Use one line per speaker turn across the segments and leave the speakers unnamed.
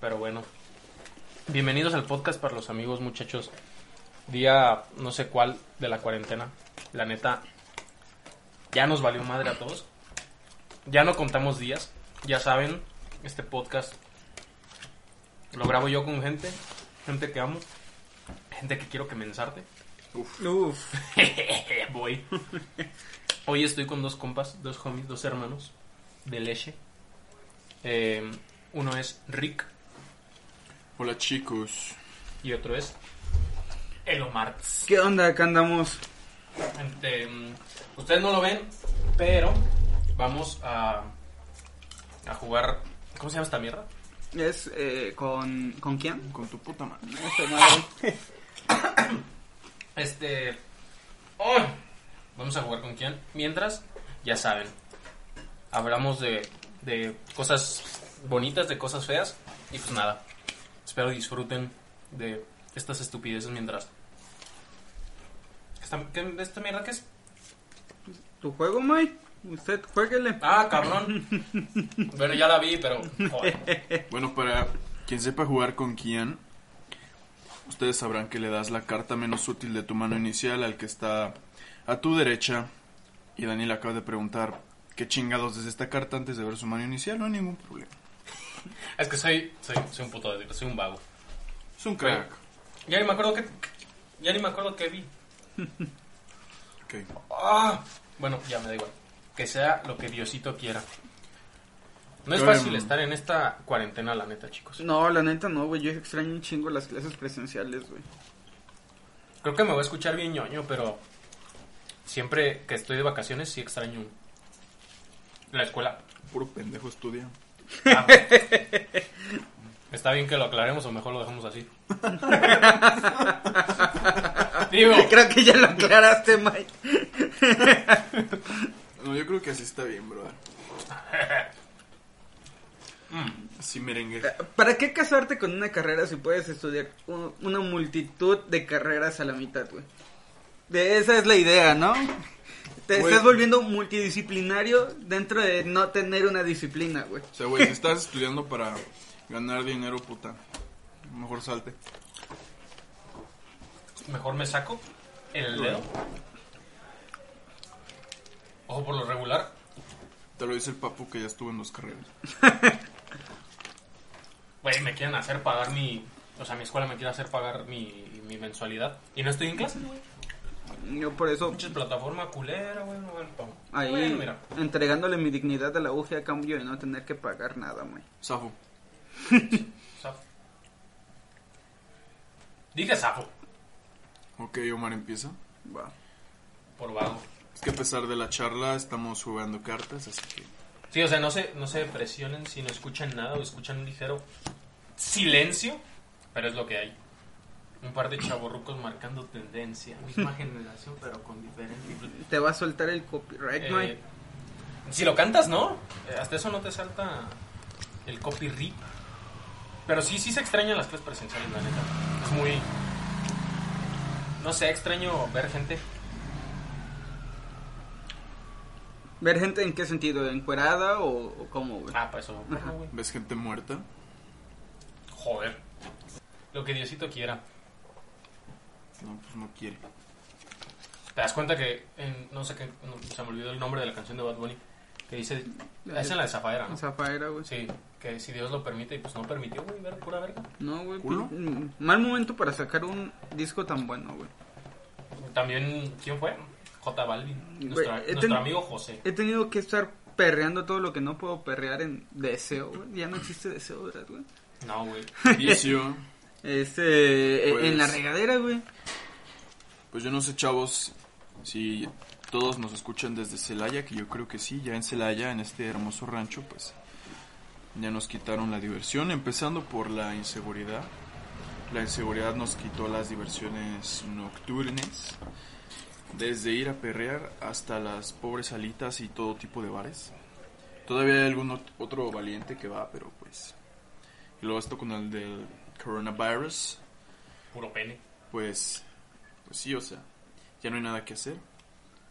Pero bueno. Bienvenidos al podcast para los amigos, muchachos. Día no sé cuál de la cuarentena. La neta, ya nos valió madre a todos. Ya no contamos días. Ya saben, este podcast lo grabo yo con gente. Gente que amo. Gente que quiero que me ensarte.
Uf.
Voy. Hoy estoy con dos compas, dos homies, dos hermanos de leche. Eh, uno es Rick
Hola chicos.
y otro es El Omartz.
¿Qué onda? Acá andamos.
Este, mm, ustedes no lo ven, pero vamos a, a jugar. ¿Cómo se llama esta mierda?
Es eh, con. ¿Con quién?
Con tu puta madre.
Esta madre.
Este. ¡ay! Vamos a jugar con quién. Mientras, ya saben, hablamos de, de cosas bonitas, de cosas feas. Y pues nada, espero disfruten de estas estupideces mientras. ¿Esta, qué- esta mierda qué es?
¿Tu juego, May? Usted jueguele.
Ah, cabrón. Bueno, ya la vi, pero. joder.
Bueno, para quien sepa jugar con quién, ustedes sabrán que le das la carta menos útil de tu mano inicial al que está a tu derecha. Y Daniel acaba de preguntar qué chingados es esta carta antes de ver su mano inicial. No hay ningún problema.
Es que soy, soy, soy un puto, de- soy un vago.
Es un crack.
Ya ni me acuerdo que. Ya ni me acuerdo que vi.
Ok.
Ah, bueno, ya me da igual. Que sea lo que Diosito quiera. No es
Em.
fácil estar en esta cuarentena, la neta, chicos.
No, la neta no, güey. Yo extraño un chingo las clases presenciales, güey.
Creo que me voy a escuchar bien ñoño, pero siempre que estoy de vacaciones sí extraño la escuela.
Puro pendejo estudia.
Ah, Está bien que lo aclaremos o mejor lo dejamos así. Digo,
Creo que ya lo aclaraste, May.
No, yo creo que así está bien, brother. Mm, Así merengue.
¿Para qué casarte con una carrera si puedes estudiar u- una multitud de carreras a la mitad, güey? De esa es la idea, ¿no? Te
Güey.
estás volviendo multidisciplinario dentro de no tener una disciplina, güey.
O sea, güey, si estás estudiando para ganar dinero, puta, mejor salte.
mejor me saco el dedo. Ojo por lo regular.
Te lo dice el papu que ya estuvo en dos carreras.
Güey, me quieren hacer pagar mi. O sea, mi escuela me quiere hacer pagar mi, mi mensualidad. Y no estoy en clase, güey.
Yo por eso,
Pinches plataforma culera, güey. No, bueno, toma.
ahí,
Bueno, mira.
entregándole mi dignidad a la UG a cambio de no tener que pagar nada, güey.
Safo.
Safo. Dije sapo,
Ok, Omar empieza.
Va.
por vago.
Es que a pesar de la charla estamos jugando cartas, así que...
Sí, o sea, no se, no se presionen si no escuchan nada o escuchan un ligero silencio. Pero es lo que hay. Un par de chavorrucos marcando tendencia. Misma generación, pero con diferente.
Te va a soltar el copyright,
Eh,
güey.
si lo cantas, ¿no? Eh, Hasta eso no te salta el copy rip. Pero sí, sí se extrañan las clases presenciales, la neta. Es muy... No sé, extraño ver gente.
¿Ver gente en qué sentido? ¿Encuerada o, o cómo, güey?
Ah, para eso. bueno, güey.
¿Ves gente muerta?
Joder. Lo que Diosito quiera.
No, pues no quiere.
Te das cuenta que... en- no sé qué... no, se me olvidó el nombre de la canción de Bad Bunny. Que dice... Es en la de Zafaera, ¿no?
Zafaera, güey.
Sí. Que si Dios lo permite. Y pues no permitió, güey. Ver pura verga.
No, güey.
¿Culo?
mm, Mal momento para sacar un disco tan bueno, güey.
También... ¿Quién fue? J Balvin. Nuestro,
Güey, he
nuestro
ten-
amigo José.
He tenido que estar perreando todo lo que no puedo perrear en deseo, güey. Ya no existe deseo, ¿verdad, güey?
No, güey.
Vicio.
Este, eh,
Pues-
en la regadera, güey.
Pues yo no sé, chavos, si todos nos escuchan desde Celaya, que yo creo que sí, ya en Celaya, en este hermoso rancho, pues ya nos quitaron la diversión, empezando por la inseguridad. La inseguridad nos quitó las diversiones nocturnas, desde ir a perrear hasta las pobres alitas y todo tipo de bares. Todavía hay algún ot- otro valiente que va, pero pues... Y luego esto con el del coronavirus,
Puro pene.
pues, pues sí, o sea, ya no hay nada que hacer.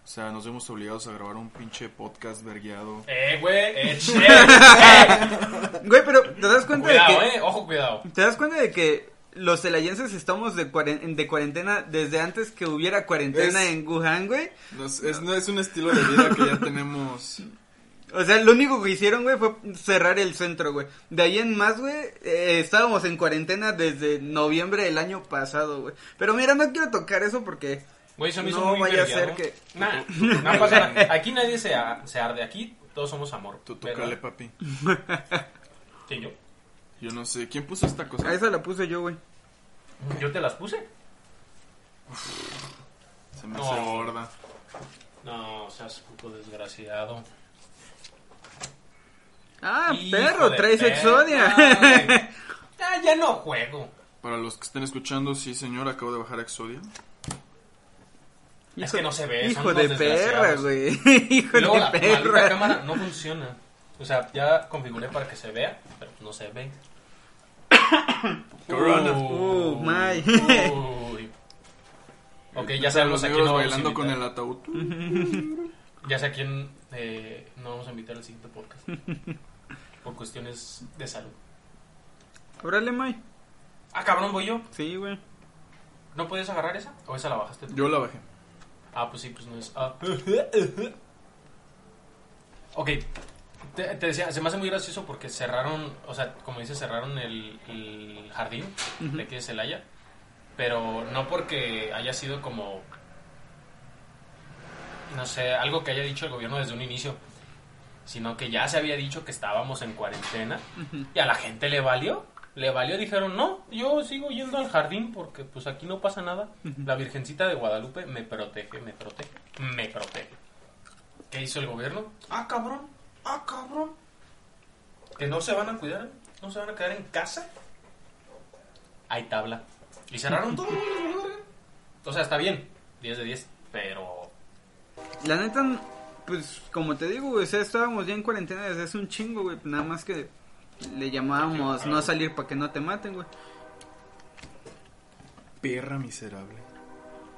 O sea, nos vemos obligados a grabar un pinche podcast vergueado.
Eh, güey, eh, che, eh.
Güey, pero ¿te das cuenta de
Cuidado,
que...
eh, ojo, cuidado.
¿Te das cuenta de que los celayenses estamos de, cuaren- de cuarentena desde antes que hubiera cuarentena
Es-
en Wuhan, güey?
Nos- es, no, es un estilo de vida que ya tenemos.
O sea, lo único que hicieron, güey, fue cerrar el centro, güey. De ahí en más, güey, eh, estábamos en cuarentena desde noviembre del año pasado, güey. Pero mira, no quiero tocar eso porque...
Güey, se me hizo
No
muy
vaya a
vergueado.
ser que-
Nah, no pasa nada. Aquí nadie se, a- se arde. Aquí todos somos amor.
Tú
¿verdad?
tócale, papi.
¿Quién yo?
Yo no sé. ¿Quién puso esta cosa?
A esa la puse yo, güey.
¿Yo te las puse?
Se me
No.
hace gorda.
No, seas puto desgraciado.
Ah,
Hijo
perro,
de
traes
perra,
Exodia.
güey. Ah, ya no juego.
Para los que estén escuchando, sí, señor, acabo de bajar Exodia.
Es que no se ve, son
Hijo
unos
de perra,
desgraciados.
güey. Hijo
Y luego la
de
maldita
perra.
cámara no funciona. O sea, ya configuré para que se vea, pero no se ve.
Corona.
Oh, my.
Uy. Ok, ya sabemos
los
a quién
negros
no vamos a
bailando con el
invitar.
ataúd.
Ya sé a quién eh, no vamos a invitar al siguiente podcast. Por cuestiones de salud.
Ábrale, May.
Ah, cabrón, voy yo.
Sí, güey.
¿No puedes agarrar esa? ¿O esa la bajaste tú?
Yo la bajé.
Ah, pues sí, pues no es. ah. Ok. Te, te decía, se me hace muy gracioso porque cerraron, o sea, como dices, cerraron el, el jardín de aquí de Celaya. Pero no porque haya sido como. No sé, algo que haya dicho el gobierno desde un inicio. Sino que ya se había dicho que estábamos en cuarentena. Y a la gente le valió. Le valió, dijeron, no, yo sigo yendo al jardín porque pues aquí no pasa nada. La Virgencita de Guadalupe me protege, me protege, me protege. ¿Qué hizo el gobierno? Ah, cabrón, ah, cabrón. Que no se van a cuidar, no se van a quedar en casa. Hay tabla. Y cerraron todo. O sea, está bien, 10 de 10, pero...
La neta, pues como te digo, güey, o sea, estábamos ya en cuarentena desde hace un chingo, güey. Nada más que le llamábamos no salir para que no te maten, güey.
Perra miserable.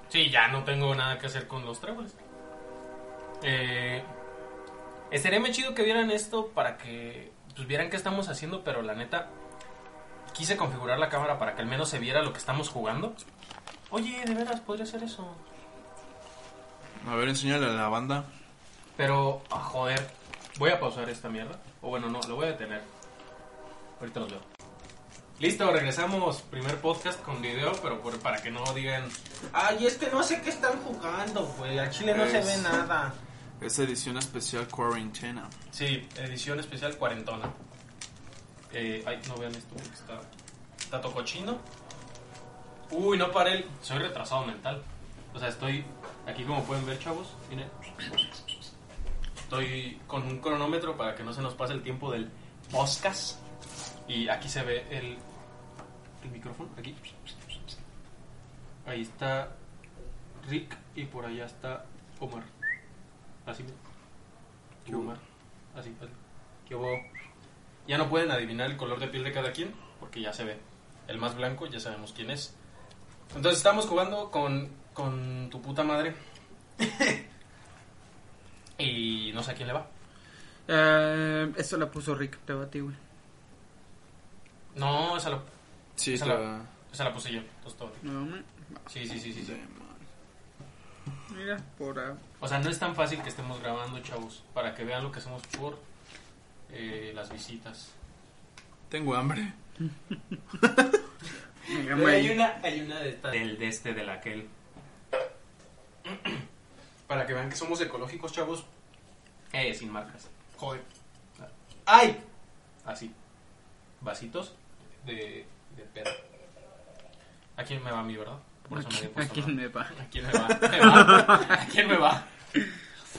Sí, ya no tengo nada que hacer con los tréboles. Eh, estaría muy chido que vieran esto para que pues, vieran qué estamos haciendo, pero la neta, quise configurar la cámara para que al menos se viera lo que estamos jugando. Oye, de veras, podría hacer eso.
A ver, enséñale a la banda.
Pero, ah, joder, voy a pausar esta mierda. O bueno, no, lo voy a detener. Ahorita los veo. Listo, regresamos. Primer podcast con video, pero por- para que no digan... Ay, es que no sé qué están jugando, güey. Al chile no se
Es-
ve nada.
Es edición especial Cuarentena.
Sí, edición especial cuarentona. Eh, ay, no vean esto porque está. Está tocochino. Uy, no paré. el- Soy retrasado mental. O sea, estoy. Aquí, como pueden ver, chavos. Miren. Estoy con un cronómetro para que no se nos pase el tiempo del podcast. Y aquí se ve el. El micrófono. Aquí. Ahí está Rick y por allá está Omar. Así mira.
¿Qué hubo?
Omar. Así, así. ¿Qué hubo? Ya no pueden adivinar el color de piel de cada quien porque ya se ve. El más blanco ya sabemos quién es. Entonces estamos jugando con, con tu puta madre. y no sé a quién le va.
Eh, eso la puso Rick, te batí, güey.
No, esa la,
Sí,
Esa
la...
esa la puse yo. Entonces, todo bien.
No, hombre.
Sí, sí, sí, sí, sí.
Mira, por ah,
O sea, no es tan fácil que estemos grabando, chavos, para que vean lo que hacemos por eh, las visitas.
Tengo hambre.
mira, güey.
una, hay una de estas. Del de este, del aquel. para que vean que somos ecológicos, chavos. Eh, sin marcas. Joder. ¡Ay! Así. Vasitos de, de pedo. ¿A quién me va a mí, verdad? Por eso me había
¿A
puesto
quién
nada.
me va?
¿A quién me va? ¿Me va? ¿A quién me va?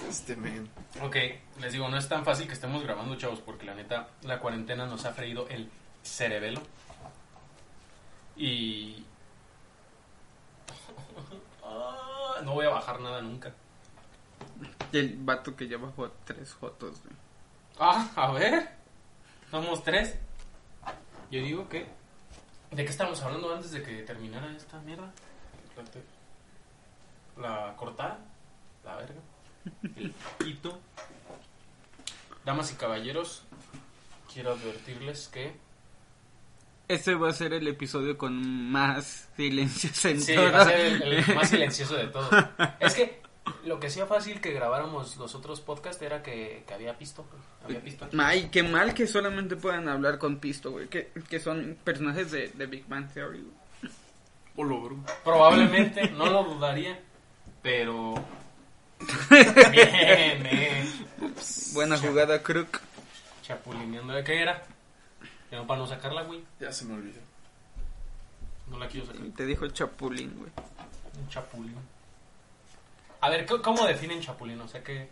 Este men.
Ok, les digo, no es tan fácil que estemos grabando, chavos, porque la neta, la cuarentena nos ha freído el cerebelo. Y... Ah, No voy a bajar nada nunca.
Y el vato que ya bajó tres fotos, güey.
Ah, a ver. Somos tres. Yo digo que... ¿De qué estábamos hablando antes de que terminara esta mierda? La cortada. La verga. el hito. Damas y caballeros, quiero advertirles que
Este va a ser el episodio con más silencios en
Sí,
todo.
va a ser el, el más silencioso de todos. Es que lo que hacía fácil que grabáramos los otros podcasts era que, que había pisto. pues, Había pisto.
Ay, qué mal que solamente puedan hablar con Pisto, güey. Que, que son personajes de, de Big Bang Theory, güey.
O logro.
Probablemente, no lo dudaría, pero... Bien, eh.
Buena jugada, Crook.
Chapulineando. ¿Qué era? Que no, para no sacarla, güey.
Ya se me olvidó.
No la quiero sacar.
Te dijo el chapulín, güey.
Un chapulín. A ver, ¿cómo- ¿cómo definen chapulín? O sea, ¿qué,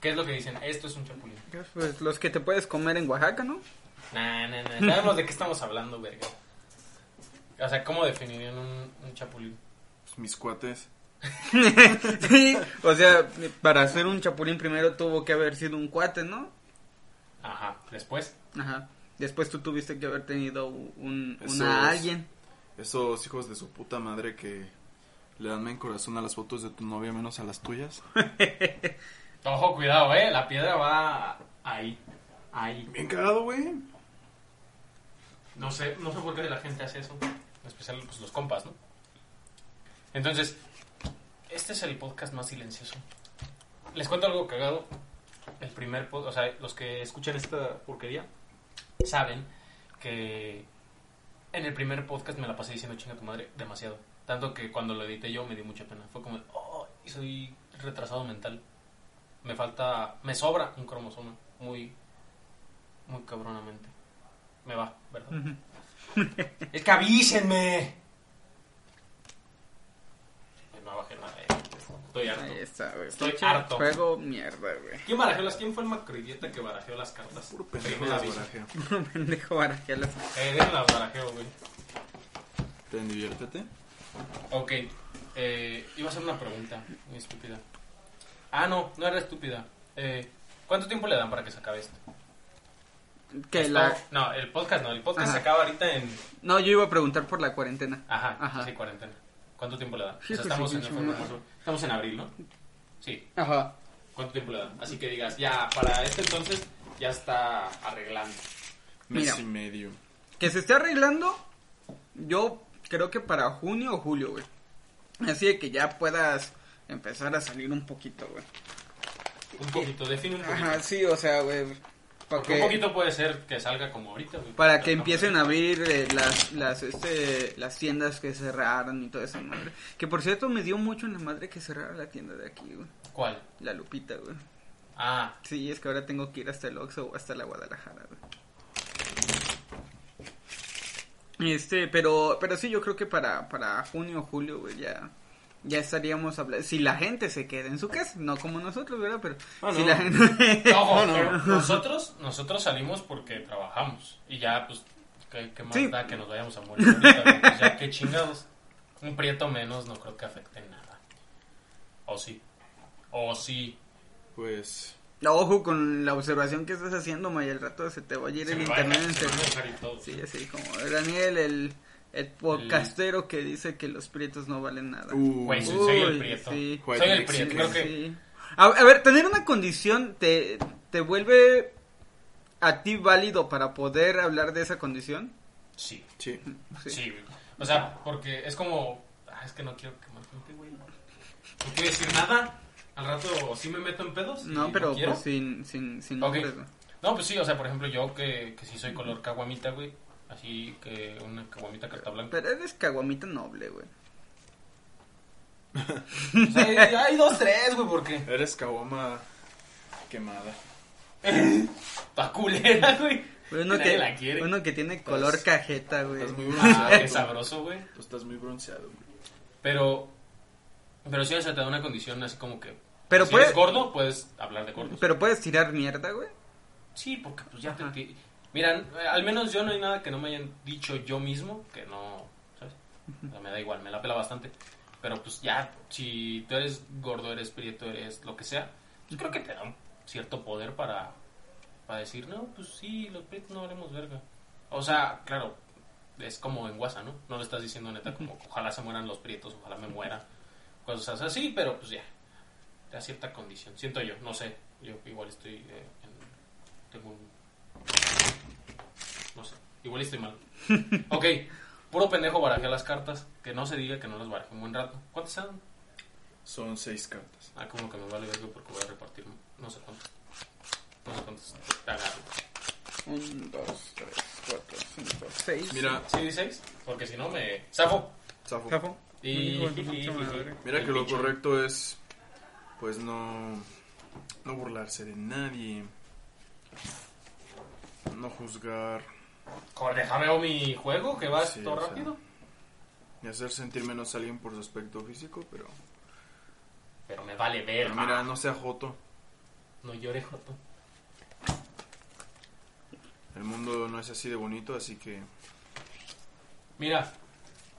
¿qué es lo que dicen? Esto es un chapulín.
Pues los que te puedes comer en Oaxaca, ¿no?
Nah, nah, nah. Sabemos de qué estamos hablando, verga. O sea, ¿cómo definirían un, un chapulín?
Pues mis cuates.
sí, o sea, para ser un chapulín primero tuvo que haber sido un cuate, ¿no?
Ajá, después.
Ajá. Después tú tuviste que haber tenido un,
Esos-
una alguien.
Esos hijos de su puta madre que le dan en corazón a las fotos de tu novia menos a las tuyas.
Ojo, cuidado, eh. La piedra va ahí. Ahí.
Bien cagado, güey.
No sé, no sé por qué la gente hace eso. En especial pues, los compas, ¿no? Entonces, este es el podcast más silencioso. Les cuento algo cagado. El primer pod- o sea, los que escuchan esta porquería saben que en el primer podcast me la pasé diciendo chinga tu madre demasiado. Tanto que cuando lo edité yo me di mucha pena. Fue como, oh, y soy retrasado mental. Me falta, me sobra un cromosoma. Muy, muy cabronamente. Me va, ¿verdad? Es que avísenme. No bajé nada. eh. Estoy harto.
Ahí está, güey.
Estoy
Pinche
harto.
Juego mierda, güey.
¿Quién barajeó las? ¿Quién fue el macridieta que barajeó las cartas?
Puro
Dejen
pendejo de
las barajeo.
baraje.
Pendejo barajelas.
Eh, dejen las barajeo, güey.
Ten, diviértete.
Ok. Eh, iba a hacer una pregunta muy estúpida. Ah, no, no era estúpida. Eh, ¿Cuánto tiempo le dan para que se acabe esto?
Que
Esto-
la...
No, el podcast no. El podcast
Ajá.
se acaba ahorita en...
No, yo iba a preguntar por la cuarentena.
Ajá,
Ajá.
sí, cuarentena. ¿Cuánto tiempo le dan? O
Sí,
sea,
pues,
estamos
sí,
en, el
sí,
fondo
sí.
marzo. estamos en abril, ¿no? Sí.
Ajá.
¿Cuánto tiempo le dan? Así que digas, ya, para este entonces ya está arreglando.
Mes
Mira.
y medio.
Que se esté arreglando, yo creo que para junio o julio, güey. Así de que ya puedas empezar a salir un poquito, güey.
Un poquito, define un poquito.
Ajá, sí, o sea, güey. Para
Porque un
que,
poquito puede ser que salga como ahorita, güey.
para
Pero
que
no,
empiecen
güey.
a abrir eh, las, las, este, las tiendas que cerraron y toda esa madre. Que por cierto, me dio mucho en la madre que cerrara la tienda de aquí, güey.
¿Cuál?
La Lupita, güey.
Ah,
Sí, es que ahora tengo que ir hasta el Oxxo o hasta la Guadalajara, güey. Este, pero, pero sí, yo creo que para, para junio o julio, güey, ya, ya estaríamos hablando. Si la gente se queda en su casa, no como nosotros, ¿verdad? Pero
Ah,
si
no.
la gente...
ojo, pero nosotros, nosotros salimos porque trabajamos. Y ya, pues, ¿qué, qué más
Sí.
da que nos vayamos a morir ahorita? güey? Pues ya, qué chingados. Un prieto menos no creo que afecte en nada. O sí. O sí.
Pues.
Ojo con la observación que estás haciendo, Maya, el rato se te va a ir
Se
el
me va a
internet.
se
en
me va a
serio.
enojar y todo.
Sí, así como Daniel, el, el podcastero que dice que los prietos no valen nada.
Uh,
Güey, soy, soy el
Uy,
prieto.
sí.
Soy el
Sí,
prieto.
Sí,
Creo que
sí. A, a ver, tener una condición te, te vuelve a ti válido para poder hablar de esa condición.
sí.
sí.
Sí.
Sí, güey. O sea, porque es como. ah, es que no quiero quemar gente, güey. No quiero decir nada. Al rato o sí me meto en pedos. y
No, pero
quiero.
pues, sin, sin, sin
Ok.
nombres, güey.
No, pues sí, o sea, por ejemplo, yo que, que sí soy color caguamita, güey. Así que una caguamita carta blanca.
Pero eres caguamita noble, güey.
O sea, hay, hay dos, tres, güey, porque.
Eres caguama quemada.
Pa' culera, güey.
Güey, Uno
Nadie
que,
la quiere. Pues,
uno que tiene color
Estás-
cajeta, güey.
Estás muy
Ah,
bronceado.
qué sabroso, güey.
Tú estás muy bronceado, güey.
Pero. Pero sí, o sea, te da una condición así como que.
Pero
si
puede-
eres gordo, puedes hablar de gordos.
Pero puedes tirar mierda, güey.
Sí, porque pues ya te,
Ajá.
te- Mira, eh, al menos yo no hay nada que no me hayan dicho yo mismo, que no, ¿sabes? O sea, me da igual, me la pela bastante. Pero pues ya, si tú eres gordo, eres prieto, eres lo que sea, pues creo que te da un cierto poder para, para decir, no, pues sí, los prietos no haremos verga. O sea, claro, es como en WhatsApp, ¿no? No le estás diciendo neta como, ojalá se mueran los prietos, ojalá me muera. Cosas así, pero pues ya. a cierta condición. Siento yo, no sé. Yo igual estoy. eh, en- tengo un. No sé. Igual estoy mal. ok. Puro pendejo barajé las cartas. Que no se diga que no las barajé un buen rato. ¿Cuántas son?
Son seis cartas.
Ah, como que me vale verlo porque voy a repartir. No sé cuántas. No sé cuántas. Agarro.
1, 2, 3, 4, 5, 6.
Mira,
¿Sí 16? Porque si no me. ¡Zafo!
Zafo,
Y.
Hijo de tu pinche madre.
Mira
El
que lo
pinche-
correcto es, pues no, no burlarse de nadie, no juzgar,
Joder, déjame ver mi juego que va
Sí,
todo
o sea.
rápido.
ni hacer sentir menos a alguien por su aspecto físico, pero,
Pero me vale ver,
pero Ah, mira, no sea joto,
No llores, Joto.
el mundo no es así de bonito, así que
Mira,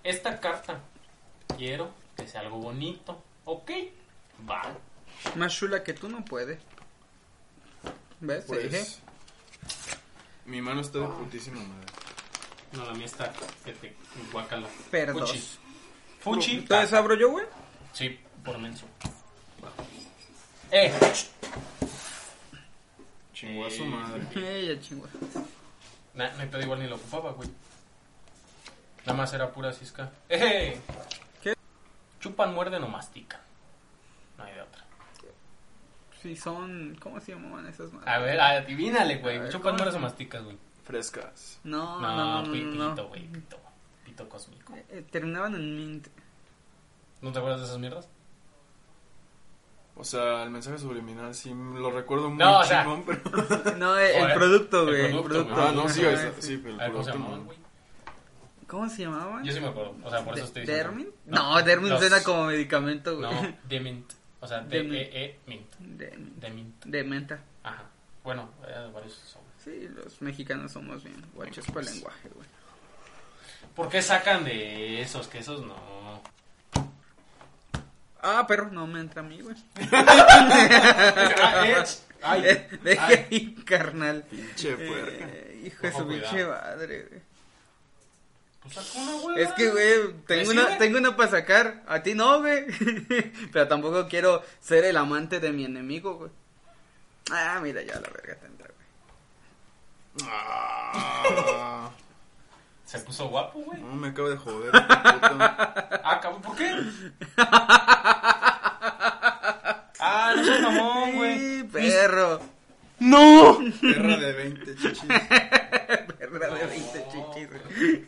esta carta quiero que sea algo bonito. ¿Ok? Va.
Más chula que tú no puede. ¿Ves? Te dije.
pues, mi mano está
Ah.
de putísima madre.
No, la mía está que te guácala.
Perdón.
Fuchi. Fuchi. Ah,
Entonces abro yo, güey.
Sí, por menso. Va. Eh,
Chingó a su
Eh,
madre.
Ella chingua.
na- neta, igual ni lo ocupaba, güey. Nada más era pura cisca. ¡Eh!
¿Qué?
Chupan, muerden o mastican. No hay de otra.
Si son. ¿Cómo se llamaban esas madres?
A ver, adivínale,
A
güey.
ver,
Chupan,
¿cómo?
muerden o masticas, güey.
Frescas.
No,
No,
no, no.
pi-
no, no,
pito, güey, pito. Pito cósmico.
Eh, eh, terminaban en mint.
¿No te acuerdas de esas mierdas?
O sea, el mensaje subliminal sí lo recuerdo muy
No, o sea-
chingón, pero...
No, eh, el
Joder,
producto,
el
güey. El
producto,
producto.
güey.
Ah, no, sí,
Ajá,
o sea, sí, pero el
A ver, ¿Cómo se
producto
llamaban,
no.
güey?
¿Cómo se llamaban?
Yo sí me acuerdo. O sea, por eso
De-
estoy diciendo.
¿Dermin? No, Dermin
Los-
suena como medicamento, güey.
No, Demint. O sea, E
Demint.
D-E-E-Mint.
Dermin.
Demint.
De menta.
Ajá. Bueno, era de varios sabores.
Sí, los mexicanos somos bien guachos para el lenguaje, güey.
¿Por qué sacan de esos? Que esos no.
Ah, perro, no me entra a mí, güey.
Ah, eh, Ay,
Eh, Deja
ay.
ahí, carnal.
Pinche puerca.
Eh, hijo de
Ojo,
su
cuidado.
pinche madre, güey.
Pues saca una, güey.
Es que, güey, tengo
Decide.
una, tengo una para sacar. A ti no, güey. Pero tampoco quiero ser el amante de mi enemigo, güey. Ah, mira, ya la verga te entra, güey.
Ah,
Se puso guapo, güey.
no me acaba de joder. puta.
Ah, cabrón, ¿por qué? Ah, no seas mamón, güey.
Sí, perro.
¡No! Perra de 20 chichis.
Perra de 20 chichis, güey.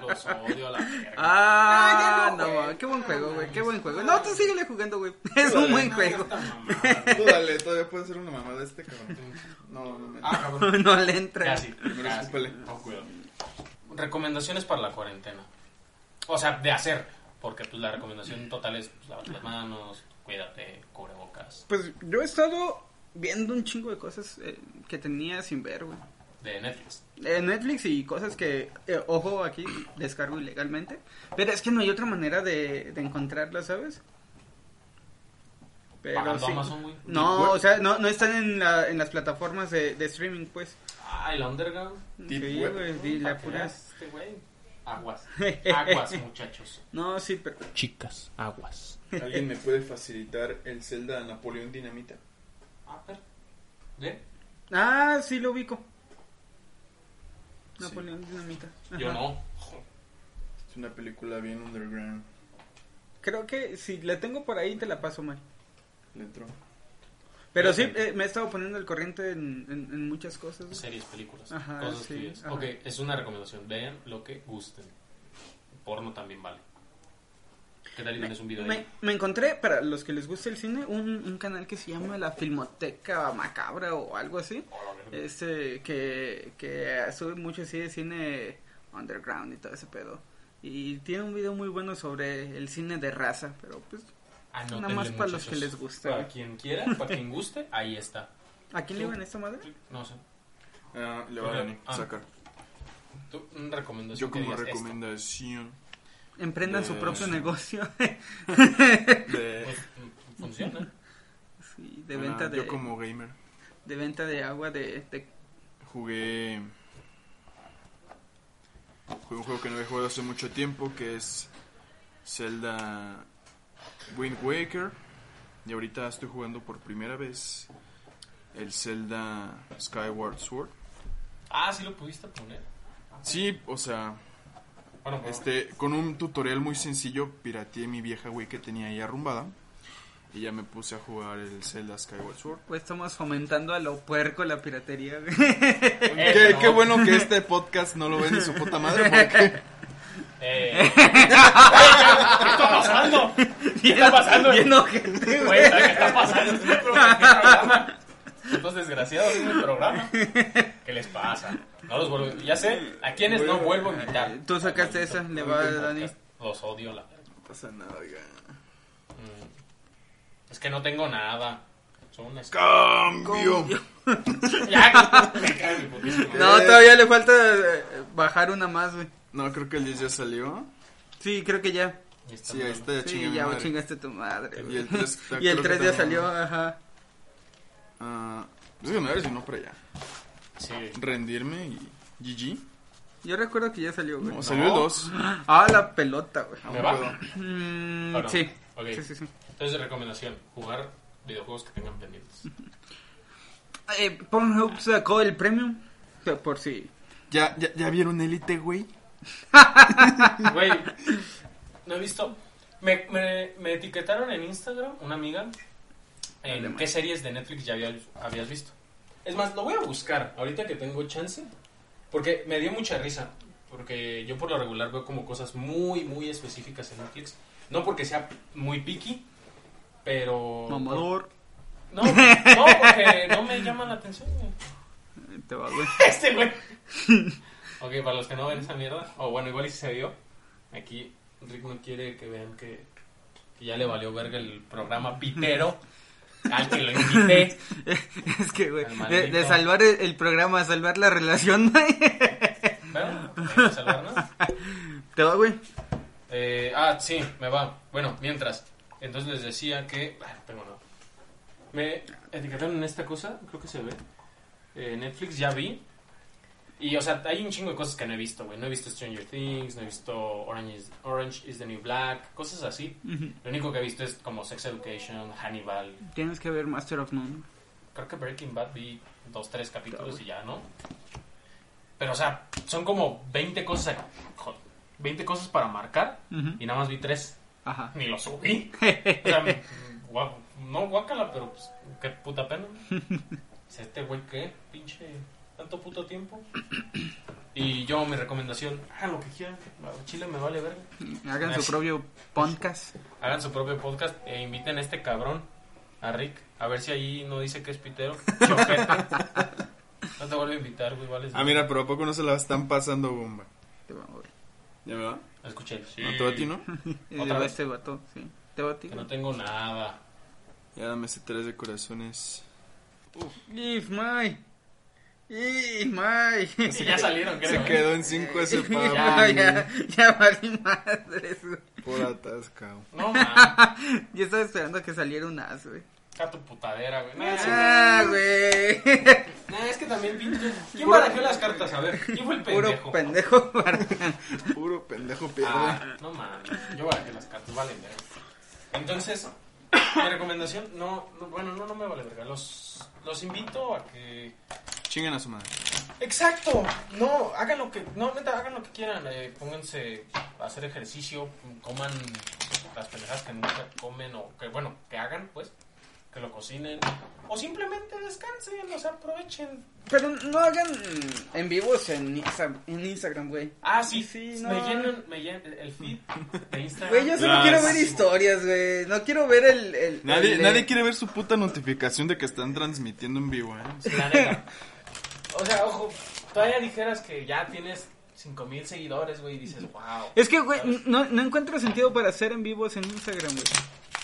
Los odio a la verga.
Ah,
Ah, ya no,
no,
güey.
mames, qué buen juego, güey, qué buen juego. No, tú síguele jugando, güey. Es
Vale.
un buen juego.
Esta mamada.
Ah, Tú dale, todavía puede ser una mamada este cabrón. No, no, no.
Ah, cabrón.
No le entra.
Casi,
Primero
casi.
escúpele.
Con cuidado. Recomendaciones para la cuarentena. O sea, de hacer. Porque pues, la recomendación total es pues, lávate las manos, cuídate, cubrebocas.
Pues yo he estado viendo un chingo de cosas eh, que tenía sin ver, güey.
De Netflix.
Eh, Netflix y cosas que, eh, ojo, aquí descargo ilegalmente. Pero es que no hay otra manera de, de encontrarlas, ¿sabes? Pero
Pagando
sí.
Amazon, güey.
No, o sea, no, no están en, la- en las plataformas de, de streaming, pues.
Ay, la underground.
Deep
Sí,
web.
güey, sí, Pues, la
Para que
pura-
veas, Este güey. Aguas. Aguas, muchachos.
No, sí, pero
Chicas, aguas.
¿Alguien me puede facilitar el Zelda de Napoleón Dinamita?
Ah, pero. ¿Eh?
Ah, sí lo ubico.
Sí.
Napoleón Dinamita.
Yo
Ajá.
no.
Es una película bien underground.
Creo que si la tengo por ahí te la paso mal.
Le entró.
Pero sí, eh, me he estado poniendo al corriente en, en- en muchas cosas. güey.
Series, películas,
Ajá,
cosas
sí,
tuyas.
ajá.
Ok, es una recomendación. Vean lo que gusten. Porno también vale. ¿Qué tal y tienes un video
Me,
ahí?
me encontré, para los que les gusta el cine, un, un canal que se llama La Filmoteca Macabra o algo así.
Hola, verga.
Este, que, que sube mucho así de cine underground y todo ese pedo. Y tiene un video muy bueno sobre el cine de raza, pero pues,
Anótenle,
Nada más para los
muchachos.
que les guste.
Para quien quiera, para quien guste, ahí está.
¿a quién le iban esta madre?
No sé.
Ah, le va a Dani. Sacar.
Tú, una recomendación.
Yo
Ah, que
como
digas,
recomendación
Emprendan su
Eh,
propio
sí.
negocio.
de...
esto. Pues, mm, funciona.
Sí, de
Ah,
venta de,
Yo como gamer
de venta de agua de, de-
jugué... Jugué un juego que no había jugado hace mucho tiempo que es Zelda Wind Waker. Y ahorita estoy jugando por primera vez el Zelda Skyward Sword.
Ah, sí lo pudiste poner.
Sí, o sea,
Bueno, pues,
este, con un tutorial muy sencillo, pirateé mi vieja Wii que tenía ahí arrumbada. Y ya me puse a jugar el Zelda Skyward Sword.
Pues estamos fomentando a lo puerco la piratería, güey.
Qué,
Eh, no.
qué bueno que este podcast no lo ve ni su puta madre porque
eh, ¿Qué está pasando? ¿Qué está pasando?
Eh.
Bien ojete,
Güey,
güey.
¿qué está pasando? Es mi programa. Estos desgraciados es mi programa. ¿Qué les pasa? No los vuelvo. Ya sé, a quienes no vuelvo a invitar.
eh, Tú sacaste esa, le va a Dani.
Los odio la.
no pasa nada, oiga.
Mm. Es que no tengo nada. Son unas.
Cambio.
Ya, me cae mi putísima madre.
No, todavía le falta eh, bajar una más, güey.
No, creo que el 10 ya salió.
Sí, creo que ya.
Y esta
Sí, ahí está, ya chingué
Sí,
mi
ya
madre.
chingaste tu madre,
Y
güey.
el 3, está-
Y el
creo que
3 ya
también.
salió, ajá.
Ah, es que me ver si no para allá.
Sí.
Rendirme y GG.
Yo recuerdo que ya salió, güey.
No, salió el 2.
Ah, la pelota, güey.
¿Me va?
Mm,
¿O no?
sí.
Ok.
sí, sí, sí.
Entonces, recomendación: jugar videojuegos que tengan pendientes.
Eh, Pornhub sacó el premium. O sea, por si.
¿Ya, ya, ¿Ya vieron Elite, güey?
Güey, no he visto. Me, me, me etiquetaron en Instagram, una amiga, en
Dale,
qué series de Netflix ya había- habías visto. Es más, lo voy a buscar ahorita que tengo chance. Porque me dio mucha risa. Porque yo por lo regular veo como cosas muy, muy específicas en Netflix. No porque sea muy picky, pero...
Mamador.
No, no, porque no me llama la atención. güey.
Te va, güey.
Este güey. ok, para los que no ven esa mierda, o bueno, igual y si se vio, aquí Rick no quiere que vean que, que ya le valió verga el programa pitero al que lo invité.
Es que, güey.
El
De,
maldito.
de salvar el, el programa, salvar la relación, güey.
Bueno, no hay que salvar nada.
Te va, güey.
Eh, ah, sí, me va. Bueno, mientras. Entonces les decía que... Ah, no tengo nada. Me etiquetaron en esta cosa, creo que se ve. Eh, Netflix ya vi. Y, o sea, hay un chingo de cosas que no he visto, güey. No he visto Stranger Things, no he visto Orange is, Orange is the New Black, cosas así. Lo único que he visto es como Sex Education, Hannibal.
Tienes que ver Master of None.
Creo que Breaking Bad vi dos, tres capítulos y ya, ¿no? Pero, o sea, son como 20 cosas, joder, 20 cosas para marcar
Ujú.
y nada más vi tres.
Ajá.
Ni lo subí. O sea, mm, guau- no guácala, pero pues, qué puta pena. O sea, Este güey, ¿qué? Pinche, tanto puto tiempo. Y yo, mi recomendación, hagan lo que quieran. a Chile me vale verga.
Hagan su
Nice.
propio podcast.
Hagan su propio podcast e inviten a este cabrón, a Rick, a ver si ahí no dice que es pitero. Chojete. No te vuelvo a invitar, güey, vale.
Ah, mira, pero ¿a poco no se la están pasando bomba?
Te va, güey.
¿Ya me va?
Escuché. Sí.
¿No te va a ti, no?
Y
¿Otra
le va
vez?
este vato, sí. Te va a ti.
Que no tengo nada.
Ya dame ese 3 de corazones.
If my. If my.
ya salieron, creo.
Se
¿eh?
quedó en 5
ya,
ese papi.
ya, ya valí madres, güey.
Por atascado.
No, man.
Yo estaba esperando que saliera un as, güey.
Está tu putadera, güey. Nah,
Ah, güey.
No, es que también pinche. ¿Quién
Puro-
barajó las cartas? A ver, ¿quién fue el pendejo?
Puro pendejo. para-
Puro pendejo pierde.
Ah, no mames, yo barajé las cartas, vale verga. Entonces, mi recomendación, no, no, bueno, no, no me vale verga. Los, los invito a que.
Chingan a su madre.
Exacto, no, hagan lo que, no, neta, hagan lo que quieran. eh, pónganse a hacer ejercicio, coman las pendejadas que nunca comen o que, bueno, que hagan, pues, que lo cocinen. O simplemente descansen, o sea, aprovechen.
Pero no hagan en vivos en, Insta- en Instagram, güey.
Ah, sí,
Sí,
sí,
no.
me llenan, me llenan el feed de Instagram.
Güey, yo solo
Ah,
quiero
sí,
ver historias, güey. No quiero ver el. el-
Nadie,
el-
nadie quiere ver su puta notificación de que están transmitiendo en vivo, ¿eh? O sea,
La neta. O sea, ojo, todavía dijeras que ya tienes 5000 seguidores, güey, y dices, wow.
Es que, güey, no, no encuentro sentido para hacer en vivos en Instagram, güey.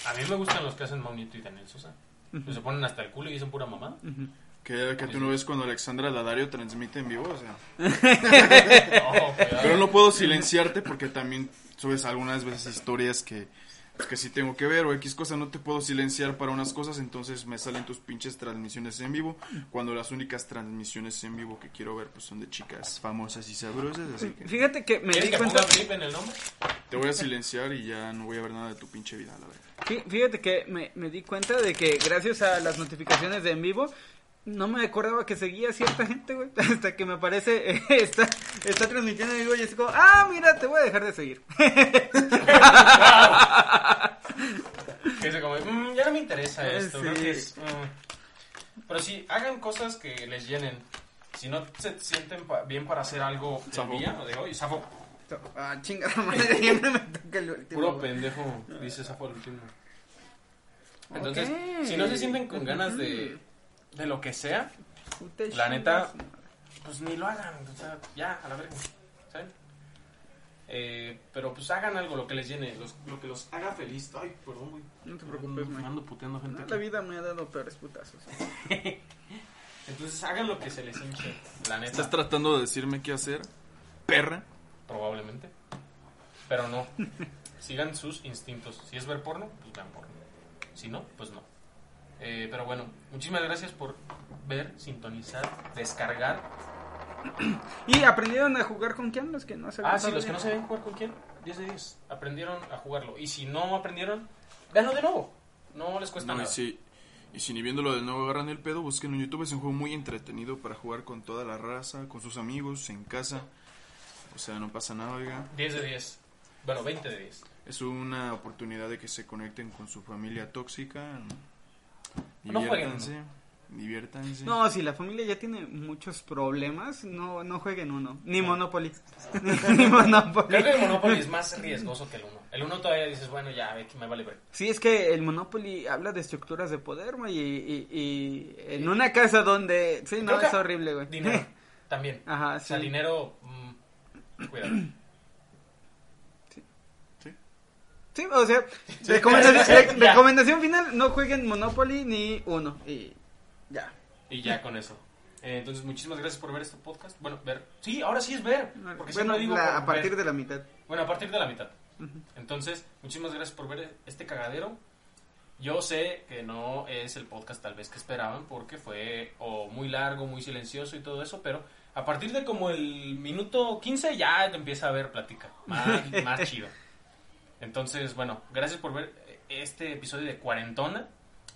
A mí me gustan los que hacen Maunito y Daniel Sosa. Pues Se ponen hasta el culo y dicen pura mamada.
Que, que tú no ves cuando Alexandra Ladario transmite en vivo, o sea.
No, cuidado.
Pero no puedo silenciarte porque también subes algunas veces historias que, pues, que sí tengo que ver o X cosa. No te puedo silenciar para unas cosas, entonces me salen tus pinches transmisiones en vivo. Cuando las únicas transmisiones en vivo que quiero ver pues son de chicas famosas y sabrosas. Así que
Fíjate que me
¿Quieres
di
que
cuenta.
ponga Flip en el nombre?
te voy a silenciar y ya no voy a ver nada de tu pinche vida, la verdad.
Fí- Fíjate que me, me di cuenta de que gracias a las notificaciones de en vivo, no me acordaba que seguía cierta gente, güey. Hasta que me aparece, eh, está, está transmitiendo en vivo y es como, ah, mira, te voy a dejar de seguir.
Que dice como, "Mm, ya no me interesa
Eh,
esto. creo
sí.
que es, mm". Pero sí, hagan cosas que les llenen. Si no se sienten pa- bien para hacer algo el
Safo.
día, de hoy, Safo,
ah, chingada madre, siempre me toca el último.
puro
güey.
pendejo, dice Safo al último. Entonces,
Ok.
si no se sienten con ganas de, de lo que sea,
Puta
La
chingas,
neta,
madre.
pues ni lo hagan, o sea, ya, a la verga, ¿saben? Eh, pero pues hagan algo, lo que les llene, los- lo que los haga feliz. Ay, perdón, güey.
No te preocupes,
Me
güey.
ando puteando gente.
No,
aquí.
La vida me ha dado peores putazos.
Entonces hagan lo que se les hinche, la neta.
¿Estás tratando de decirme qué hacer? Perra.
Probablemente. Pero no. Sigan sus instintos. Si es ver porno, pues vean porno. Si no, pues no. Eh, pero bueno, muchísimas gracias por ver, sintonizar, descargar.
¿Y aprendieron a jugar con quién? Los que no sabían.
Ah, sí, los que no saben jugar con quién, 10 de 10. Aprendieron a jugarlo. Y si no aprendieron, véanlo de nuevo. No les cuesta
No, y
nada.
si, y si ni viéndolo de nuevo agarran el pedo, busquen en YouTube. Es un juego muy entretenido para jugar con toda la raza, con sus amigos, en casa. O sea, no pasa nada, oiga.
10 de 10. Bueno, 20 de 10.
Es una oportunidad de que se conecten con su familia tóxica.
No jueguen,
Diviértanse. Diviértanse.
No, si la familia ya tiene muchos problemas, no, no jueguen uno.
Ah.
Ni Monopoly. Ni
Creo que
Monopoly.
el Monopoly es más riesgoso que el 1. El 1 todavía dices, bueno, ya, ve que me vale ver.
Sí, es que el Monopoly habla de estructuras de poder, güey. Y, y- y en una casa donde. Sí, no,
Creo que
es horrible, güey.
Dinero, también.
Ajá,
O sea,
Ah, sí.
dinero. mm, cuidado.
Sí, o sea, recomendación, re-
Ya.
recomendación final: no jueguen Monopoly ni uno. Y ya.
Y ya con eso. Eh, entonces, muchísimas gracias por ver este podcast. Bueno, ver. Sí, ahora sí es ver. Porque
bueno,
siempre digo. por
la- a partir
ver.
de la mitad.
Bueno, a partir de la mitad. Entonces, muchísimas gracias por ver este cagadero. Yo sé que no es el podcast tal vez que esperaban porque fue o muy largo, muy silencioso y todo eso, pero a partir de como el minuto 15 ya te empieza a ver plática. Más, más chido. Entonces, bueno, gracias por ver este episodio de Cuarentona.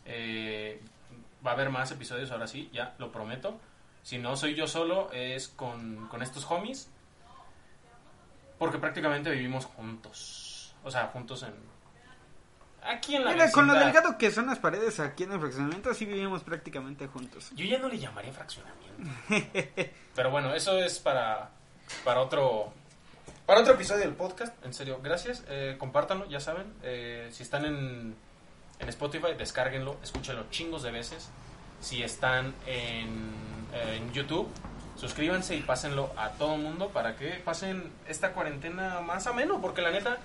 Eh, va a haber más episodios ahora sí, ya lo prometo. Si no soy yo solo, es con, con estos homies. Porque prácticamente vivimos juntos. O sea, juntos en. Aquí en la.
Mira, con lo
vecindad.
delgado que son las paredes aquí en el fraccionamiento, sí vivimos prácticamente juntos.
Yo ya no le llamaría fraccionamiento. Pero bueno, eso es para, para otro. Para otro episodio del podcast, en serio, gracias. Eh, compártanlo, ya saben. Eh, si están en, en Spotify, descárguenlo, escúchenlo chingos de veces. Si están en, eh, en YouTube, suscríbanse y pásenlo a todo el mundo para que pasen esta cuarentena más ameno, porque la neta,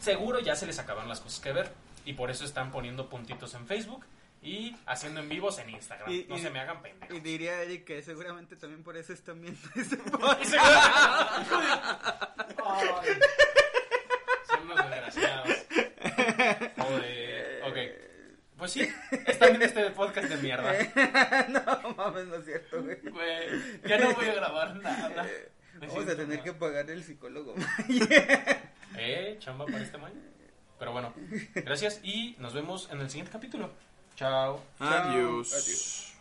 seguro ya se les acabaron las cosas que ver. Y por eso están poniendo puntitos en Facebook y haciendo en vivos en Instagram.
Y-
no
y-
se me hagan pendejos.
Y diría Eric que seguramente también por eso están viendo ese
Y
podcast.
se- Hijo de- Ay. Son unos desgraciados. Joder. Ok. Pues sí, está en este podcast de mierda.
no mames, no es cierto, güey. Eh,
Güey, ya no voy a grabar nada. Me
Vamos a
siento
tener
mal.
que pagar el psicólogo.
Eh, chamba para este maño. Pero bueno, gracias y nos vemos en el siguiente capítulo. Chao.
Adiós.
Adiós.